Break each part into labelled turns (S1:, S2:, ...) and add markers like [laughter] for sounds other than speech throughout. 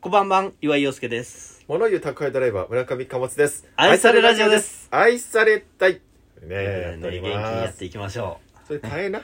S1: こんばんばん、岩井陽介です。
S2: 物言う宅配ドライバー、村上貨物です。
S1: 愛されラジオです。
S2: 愛されたい。ねえ、や
S1: ノ
S2: って
S1: リ
S2: おり
S1: 元気にや
S2: ま
S1: って
S2: す。
S1: いきましょ
S2: それ変えな。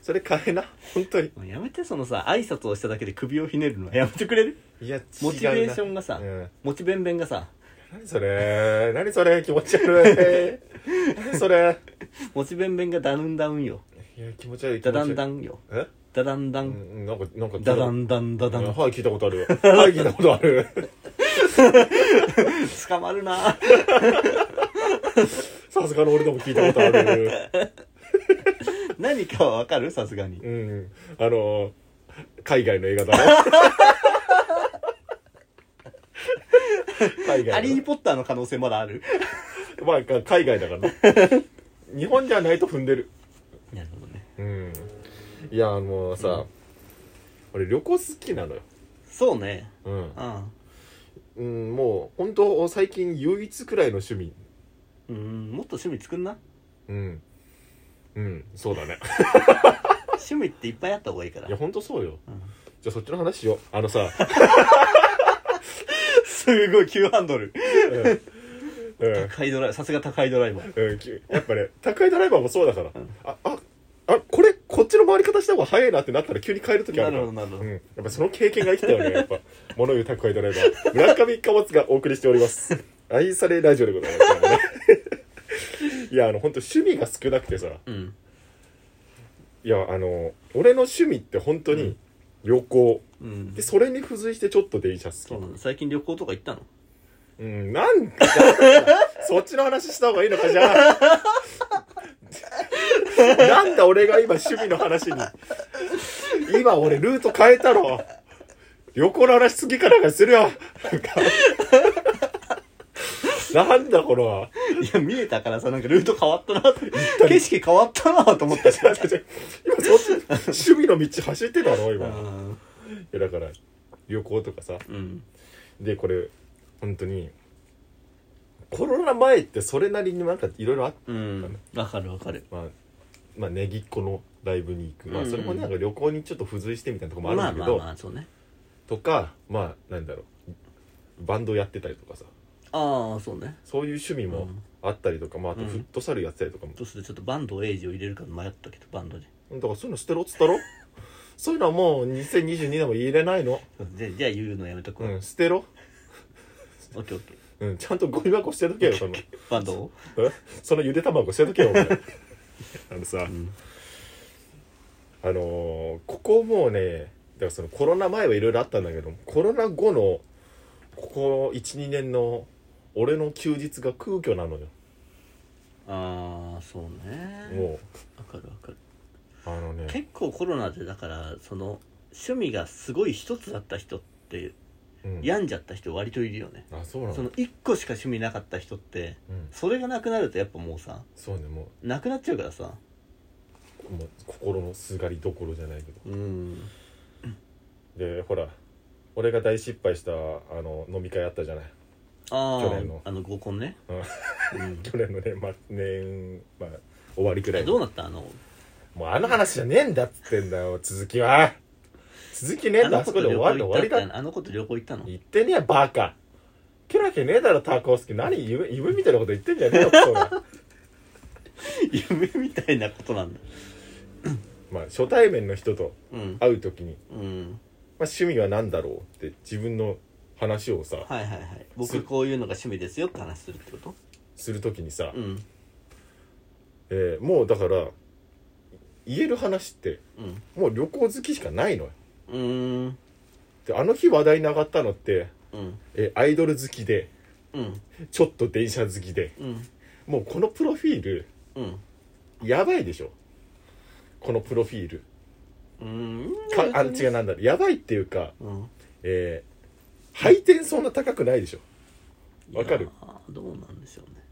S2: それ変えな。本当に。
S1: う。もうやめて、そのさ、挨拶をしただけで首をひねるのはやめてくれる
S2: いや、違うな。
S1: モチベーションがさ
S2: うん
S1: もちべんべんがさ、
S2: 何それ何それ気持ち悪い。何それ
S1: もちべんべんがダウンダウンよ。
S2: いや、気持ち悪い。気
S1: ダ
S2: 持ち
S1: ダ
S2: 悪
S1: ンダ。
S2: い
S1: ンよ。
S2: え
S1: ダダンダ
S2: う
S1: ン。
S2: ん、なんか、なんか、
S1: ダダンダンダダ
S2: うん
S1: ン。
S2: はい、聞いたことある。はい、聞いたことある。
S1: 捕まるな [laughs]
S2: さすがの俺でも聞いたことある。
S1: 何かはわかるさすがに
S2: う。ん。あの、海外の映画だろ。 [laughs] 海外の
S1: ハリーポッターの可能性まだある
S2: まあ、か海外だからね日本じゃないと踏んでる。
S1: なるほどね。
S2: うん。いや、もうさ、
S1: うん
S2: 俺旅行好きなのよ。
S1: そうね。
S2: うん。
S1: う
S2: うん、もう、本当最近唯一くらいの趣味。
S1: ん。うん、もっと趣味作んな。
S2: うん。うん、そうだね。
S1: 趣味っていっぱいあった方がいいから
S2: いや、。本当そうよ。
S1: うん
S2: じゃあそっちの話しよう。あの [laughs] さ、
S1: すごい、急ハンドル。
S2: うん。うん
S1: 高いドライ、さすが高いドライバー。
S2: うん、きやっぱね、宅配ドライバーもそうだから。あ、あ、あ、これ、こっちの回り方した方が早いなってなったら急に変えるときあ
S1: な
S2: る
S1: る
S2: か
S1: ほ
S2: ら
S1: ど、。なるほど
S2: うん、。やっぱその経験が生きたよね、やっぱ。物言う宅配ドライバー。村上貨物がお送りしております。
S1: [laughs]
S2: 愛されラジオでございますからね。 [laughs] いや、あの、本当趣味が少なくてさ。
S1: うん。
S2: いや、あの、俺の趣味って本当
S1: う
S2: に旅行。
S1: うん
S2: で、。それに付随してちょっと電車好き
S1: そう。なの最近旅行とか行ったの [laughs]
S2: うん、なんか、そっちの話した方がいいのか、じゃあ。 [laughs] なんだ俺が今趣味の話に。今俺ルート変えたろ。旅行の話次からがするよ。なんかなんだこの。
S1: いや、見えたからさ、なんかルート変わったなって。景色変わったなと思ったし。
S2: 今そっち、趣味の道走ってたろ、
S1: う
S2: 今。い
S1: ん。
S2: や、だから、旅行とかさ。
S1: うん。
S2: で、これ、本当に、コロナ前ってそれなりになんかいろいろあっ
S1: うん。わかるわかる。
S2: まあ、まあネギっ子のライブに行く、ま
S1: う
S2: あ、
S1: んうん
S2: それもねなんか旅行にちょっと付随してみたいなとこも
S1: ま
S2: あ
S1: あ
S2: るん
S1: まあ
S2: だけど、
S1: まあ、そうね。
S2: とかまあなんだろうバンドやってたりとかさ
S1: ああ、そうね。
S2: そういう趣味
S1: う
S2: も
S1: ん
S2: あったりとか、まあ、あと
S1: うん
S2: フットサルやってたりとかも、
S1: どうするちょっとバンドエイジを入れるか迷ったけど、バンドで。
S2: だからそういうの捨てろっつったろそういうのはもう2022年も入れないの、
S1: じゃあ、じゃあ言うのやめとく
S2: う
S1: わ。
S2: ん、捨てろ、
S1: オッケーオッケー。
S2: うん、ちゃんとゴミ箱捨てとけよその
S1: バンドを
S2: えそのゆで卵捨てとけよ
S1: [laughs]
S2: お前あのさ、
S1: うん。
S2: あのーここもうねだからそのコロナ前はいろいろあったんだけどコロナ後のここ12年の俺の休日が空虚なのよ
S1: ああ、そうね。
S2: も
S1: わかるわかる。
S2: うあのね、
S1: 結構コロナで、だから、その、趣味がすごい一つだった人って、
S2: うん、
S1: 病んじゃった人割といるよね。
S2: あそうなの
S1: その1個しか趣味なかった人って
S2: うん、
S1: それがなくなるとやっぱもうさ
S2: そうねも
S1: なくなっちゃうからさ
S2: うもう心のすがりどころじゃないけ
S1: うん
S2: どでほら俺が大失敗したあの飲み会あったじゃない
S1: あ
S2: 去年
S1: ー
S2: の
S1: あの合コンね、うん
S2: 去年の年末年、まあ、終わりくら
S1: え
S2: い
S1: どうなったあの
S2: もうあの話じゃねえんだっつってんだよ続きは続きねえ
S1: あ
S2: んだ
S1: の
S2: あ
S1: 子
S2: そ
S1: と
S2: こで
S1: 旅行
S2: 終わ
S1: 行っ
S2: り終
S1: た
S2: わ
S1: っ
S2: りだって
S1: てあの子と旅行行ったの
S2: 言ってねえバカキラキねえだろタコウスキ何夢夢みたいなこと言ってんじゃねえよクソが [laughs]
S1: 夢みたいなことなんだ
S2: まあ初対面の人と
S1: うん
S2: 会う時に、
S1: うん
S2: まあ、趣味は何だろうって自分の話をさ
S1: はいはいはい僕こういうのが趣味ですよって話するってこと
S2: する時にさ、
S1: うん
S2: えーもうだから言える話って
S1: うん
S2: もう旅行好きしかないのよ
S1: うーん
S2: であの日話題に上がったのって、
S1: うん
S2: えーアイドル好きで
S1: うん
S2: ちょっと電車好きで
S1: うん
S2: もうこのプロフィール
S1: うん
S2: やばいでしょこのプロフィール
S1: うん
S2: かあ違うなんだろうやばいっていうか
S1: うん
S2: えー、配点そんな高くないでしょわかる
S1: いやーどうなんでしょうね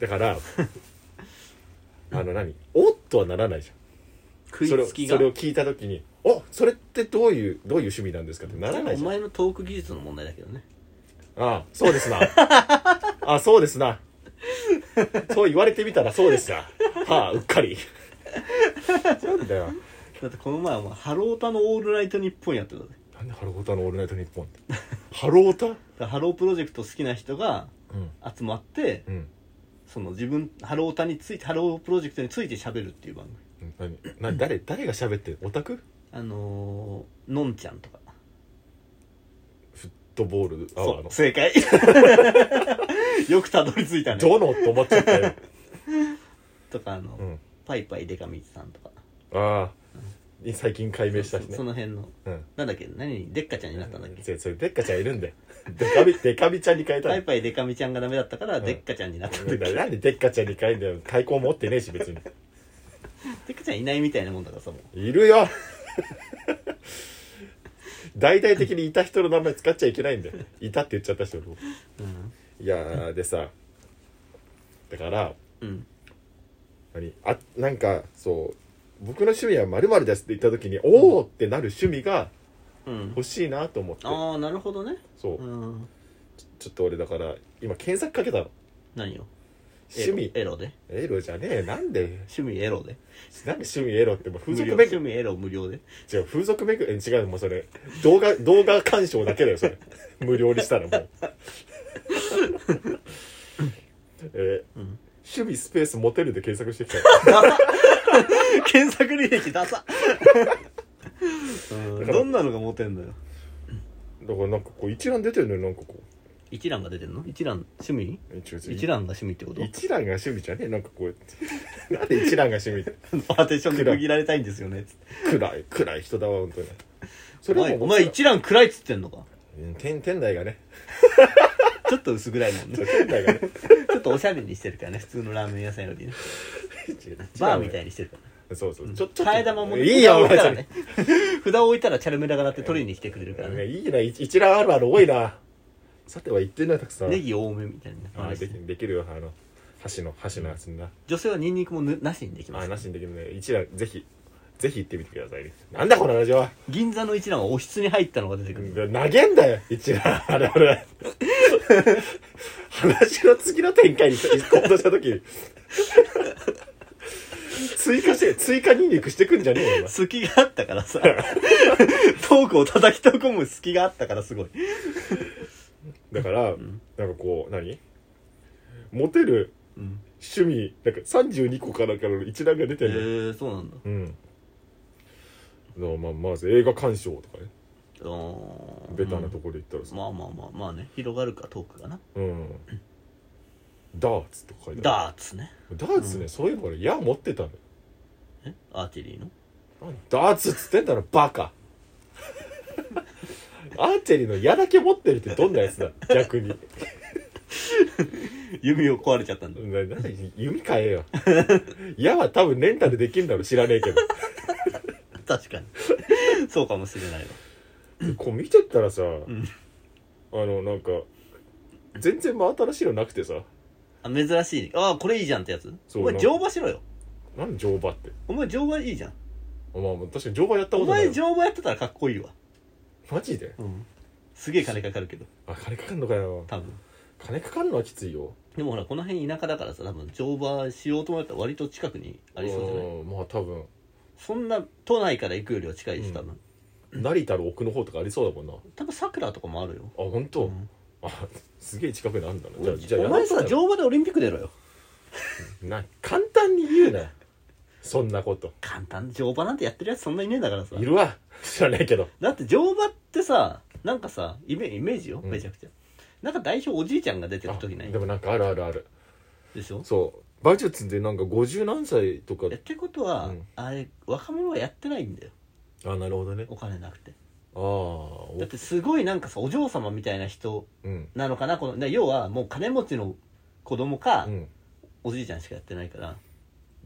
S2: だから
S1: [laughs]
S2: あの何おっとはならないじゃ
S1: 食
S2: ん
S1: い
S2: それを
S1: つきが
S2: それを聞いた時に「おそれってどういうどういう趣味なんですか?」ってならない
S1: お
S2: じゃんあ
S1: 前のトーク技術の問題だけどね
S2: あそうで
S1: [laughs]
S2: すなあそうですなそう言われてみたらそうですなはあうっか
S1: [laughs]
S2: りそうなんだよ
S1: だってこの前はハロータのオールナイトニッポンやってたね
S2: なんでハロータのオールナイトニッポンってハロータ
S1: らハロープロジェクト好きな人が
S2: うん
S1: 集まって
S2: うん
S1: その自分ハロータについてハロープロジェクトについて喋るっていう番組
S2: 何何誰誰が喋ってるオタク
S1: あのー、のんちゃんとか
S2: フットボールアワ
S1: そ
S2: ーの
S1: う正解 [laughs] よくたどり着いたね
S2: どのと思っちゃったよ、
S1: とかあの、
S2: うん、
S1: パイパイデカミツさんとか
S2: ああ最近解明したしね
S1: そその辺の
S2: うん
S1: なんだっけ何でっかちゃんになったんだっけ
S2: 違う違うデッカちゃんいるんだよデカビデカビちゃんに変えた
S1: パイ
S2: の
S1: パイデカミちゃんがダメだったから
S2: ん
S1: でっかちゃんになったんだ
S2: だ
S1: っけ
S2: からなんでデッカちゃんに変えんだよ太鼓持ってねえし別に
S1: でっかちゃんいないみたいなもんだからさもう
S2: いるよ大々的にいた人の名前使っちゃいけないんだよいたって言っちゃった人の
S1: うん
S2: いやーでさだから
S1: うん
S2: 何あなんかそう僕の趣味は〇〇ですって言った時におおってなる趣味が
S1: うん
S2: 欲しいなと思って
S1: ああなるほどね
S2: そう
S1: うん
S2: ちょっと俺だから今検索かけたの
S1: 何よ
S2: 趣味
S1: エロエロで
S2: エロじゃねえなんで
S1: 趣味エロで
S2: なんで趣味エロってもう風
S1: 無
S2: 俗
S1: 料
S2: めぐ
S1: 趣味エロ無料で
S2: 違う風俗めぐえ違うもうそれ動画動画鑑賞だけだよ
S1: [laughs]
S2: それ無料にしたらもうえー
S1: うん
S2: 趣味スペースモテるで検索してきた
S1: [laughs] 検索履歴ダサうんどんなのがモテんのよ
S2: だからなんかこう一覧出てるのよなんかこ
S1: 一覧が出てんの一覧趣味
S2: う一
S1: 一覧が趣味ってこと [laughs]
S2: 一覧が趣味じゃねえなんかこうや [laughs] ってなんで一覧が趣味って
S1: パーテーションで区切られたいんですよねつって
S2: 暗い暗い人だわ本当にそ
S1: お
S2: れは
S1: 前
S2: もう
S1: お前一覧暗いっつってんのか
S2: うん天天台がね
S1: ちょっと薄暗いもんね
S2: 天台がね
S1: ちょっとおしゃれにしてるからね普通のラーメン屋さんよりね [laughs] バーみたいにしてるから
S2: そうそう、ちょちょっと
S1: 替え玉もね
S2: いいよお
S1: 札置
S2: 前
S1: いた
S2: そ
S1: ら
S2: れ
S1: ね [laughs] 札を置いたらチャルメラが鳴って取りに来てくれるから
S2: ね
S1: ね
S2: いいな、い一覧あるある多いな。さては言ってんな、たくさん。
S1: ネギ多めみたいな
S2: あできできるよ、あの、箸の、箸のやつにな。
S1: 女性はニンニクもぬなしにできま
S2: あ、
S1: す
S2: なしにできるね。一覧、ぜひ、ぜひ行ってみてくださいね。なんだこのラジオは。
S1: 銀座の一覧はおひつに入ったのが出てくる
S2: 投げんだよ、一覧、あれあれ。話の次の展開に行こうとした時に。追加して、追加ニンニクしてくんじゃねえよ、お前
S1: 隙があったから
S2: [laughs]
S1: さトークを叩き込む隙があったからすごい
S2: だから、なんかこう、何モテる
S1: うん
S2: 趣味、なんか32個かなんかの一覧が出
S1: へ
S2: て
S1: え
S2: るのよ
S1: ー、そうなんだ
S2: うんだからまあまず映画鑑賞とかね
S1: あー
S2: ベタなとこで言ったらさ
S1: まあまあまあまあね広がるかトークがな
S2: うんダーツとか書いてあ
S1: ダーツね
S2: るダーツね、そういえば俺矢持ってたのよ
S1: えアーティリーの
S2: 何ダーツっつってんだろバカ [laughs] アーチェリーの矢だけ持ってるってどんなやつだ逆に
S1: 弓を壊れちゃったんだ
S2: な何弓変えよ矢は多分レンタルできるんだろ知らねえけど
S1: 確
S2: [laughs]
S1: かにそうかもしれないわ
S2: こう見てったらさ、
S1: ん
S2: あのなんか全然真新しいのなくてさ
S1: あ珍しいああこれいいじゃんってやつ
S2: そう
S1: お前
S2: なん
S1: 乗馬しろよ
S2: 何乗馬って
S1: お前乗馬いいじゃん
S2: まあまあ確かに乗馬やった
S1: お
S2: ことな
S1: 前
S2: いわ
S1: 乗馬やってたらかっこいいわ
S2: マジで
S1: うんすげえ金かかるけど
S2: あ金かかんのかよ
S1: 多分
S2: 金かかるのはきついよ
S1: でもほらこの辺田舎だからさ多分乗馬しようと思ったら割と近くにありそうじゃない
S2: んまあ多分
S1: そんな都内から行くよりは近いし多分、
S2: 成田の奥の方とかありそうだもんなあ
S1: 多分さくらとかもあるよ
S2: 本当、
S1: うん
S2: あすげえ近くにあるんだなじゃあじゃあ
S1: お前さ
S2: やらんとこ
S1: 乗馬でオリンピック出ろよ
S2: なな簡単に言うなそんなこと
S1: 簡単乗馬なんてやってるやつそんないねえんだからさ
S2: いるわ知らないけど
S1: だって乗馬ってさなんかさイメイメージよ
S2: うん
S1: めちゃくちゃ、なんか代表おじいちゃんが出てる
S2: あ
S1: 時ない
S2: でもなんかあるあるある
S1: でしょ
S2: そう馬術でなんか50何歳とか
S1: えってことは、
S2: うん
S1: あれ若者はやってないんだよ
S2: あなるほどね
S1: お金なくて
S2: ああお
S1: だってすごいなんかさお嬢様みたいな人
S2: うん
S1: なのかなこので要はもう金持ちの子供か、
S2: うん
S1: おじいちゃんしかやってないから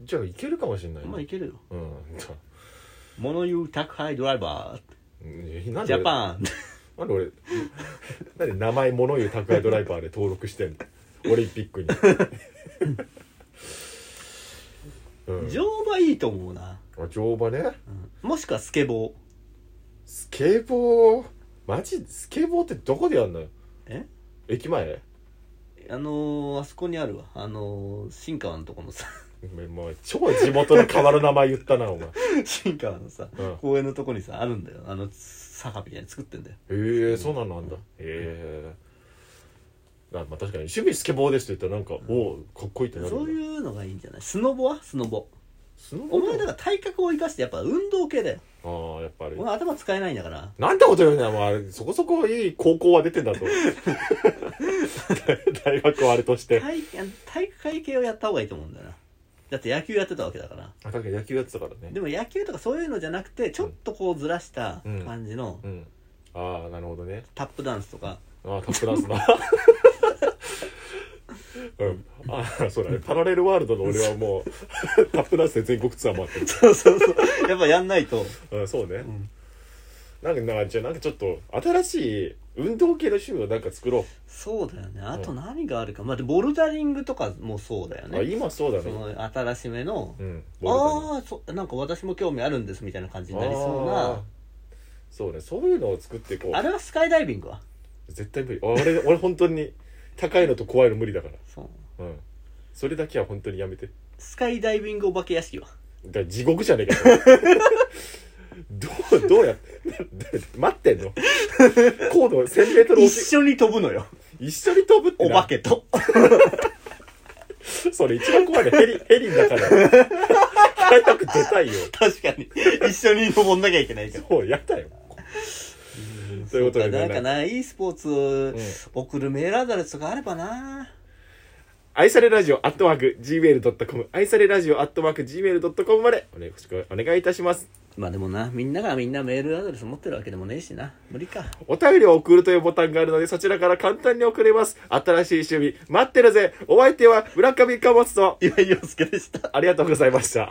S2: じゃあいけるかもしれないね
S1: まあいけるよ
S2: うんじゃあ
S1: 「物言う宅配ドライバ
S2: うんな
S1: ー
S2: ん
S1: ジ
S2: で
S1: ャパン
S2: なんで俺 [laughs] なんで名前物言う宅配ドライバーで登録してんのオリンピッ
S1: [laughs]
S2: クに、う」ん、
S1: 乗馬いいと思うな、
S2: あ乗馬ね
S1: うんもしくはスケボー
S2: スケボーマジスケボーってどこでやんのよ
S1: え
S2: 駅前
S1: あのー、あそこにあるわあのー、新川のとこのさ [laughs]
S2: お前もう超地元の川の名前言ったなお前
S1: 新川のさ、
S2: うん
S1: 公園のとこにさあるんだよあの酒場みたいに作ってんだよ
S2: ええそうなんなんだええあまあ確かに趣味スケボーですって言ったらなんか、おおかっこいいってなるんだ
S1: そういうのがいいんじゃないスノボはスノボ
S2: スノボ
S1: お前だ
S2: だ
S1: から体格を生かしてやっぱ運動系だよ
S2: ああやっぱり
S1: お前頭使えないんだから
S2: なんてこと言うんだよ、もうあれ、そこそこいい高校は出てんだと。 [laughs] 大学はあれとして。
S1: 体体育会系をやった方がいいと思うんだよなだって野球やってたわけだから
S2: あ、だけど野球やってたからね。
S1: でも野球とかそういうのじゃなくてちょっとこうずらした
S2: うん
S1: 感じの
S2: うん。ああ、なるほどね。
S1: タップダンスとか
S2: ああ、タップダンスだ。 [laughs] うん、あーそうだねパラレルワールドの俺はもう [laughs] タップダンスで全国ツアー回って
S1: そうそうそう [laughs] やっぱやんないと
S2: る、うん、そうね、
S1: ん
S2: なんかなんかじゃあなんかちょっと新しい運動系の趣味をなんか作ろ
S1: そうだよねあと何があるかまあでボルダリングとかもそうだよ
S2: う、
S1: ね
S2: あ今そうだね
S1: その新しめの
S2: うん
S1: ああそうなんか私も興味あるんですみたいな感じになりそう
S2: あー
S1: な
S2: そうねそういうのを作っていこう
S1: あれはスカイダイビングは
S2: 絶対無理あ俺俺本当に高いのと怖いの無理だか
S1: そう
S2: らうんそれだけは本当にやめて
S1: スカイダイビングお化け屋敷
S2: [laughs]
S1: は
S2: だから地獄じゃねえかよ [laughs] どうどうやって [laughs] な待ってんの高度 1000m
S1: 一
S2: 落ち
S1: 緒に飛ぶのよ
S2: 一緒に飛ぶって
S1: お
S2: な
S1: 化けと
S2: それ一番怖いのヘリ [laughs] ヘリだから早く出たいよ
S1: 確かに一緒に登んなきゃいけないから
S2: そうやだよということで
S1: そ
S2: ね
S1: かなんかないいスポーツ送るメールアドレスとかあればな
S2: 愛されラジオアットマーク Gmail.com 愛されラジオアットマーク Gmail.com までお願いしお願いいたします
S1: まあでもなみんながみんなメールアドレス持ってるわけでもねえしな無理か
S2: お便りを送るというボタンがあるので、そちらから簡単に送れます。新しい趣味、待ってるぜお相手は村上貨物と、
S1: 岩井陽介でした
S2: ありがとうございました。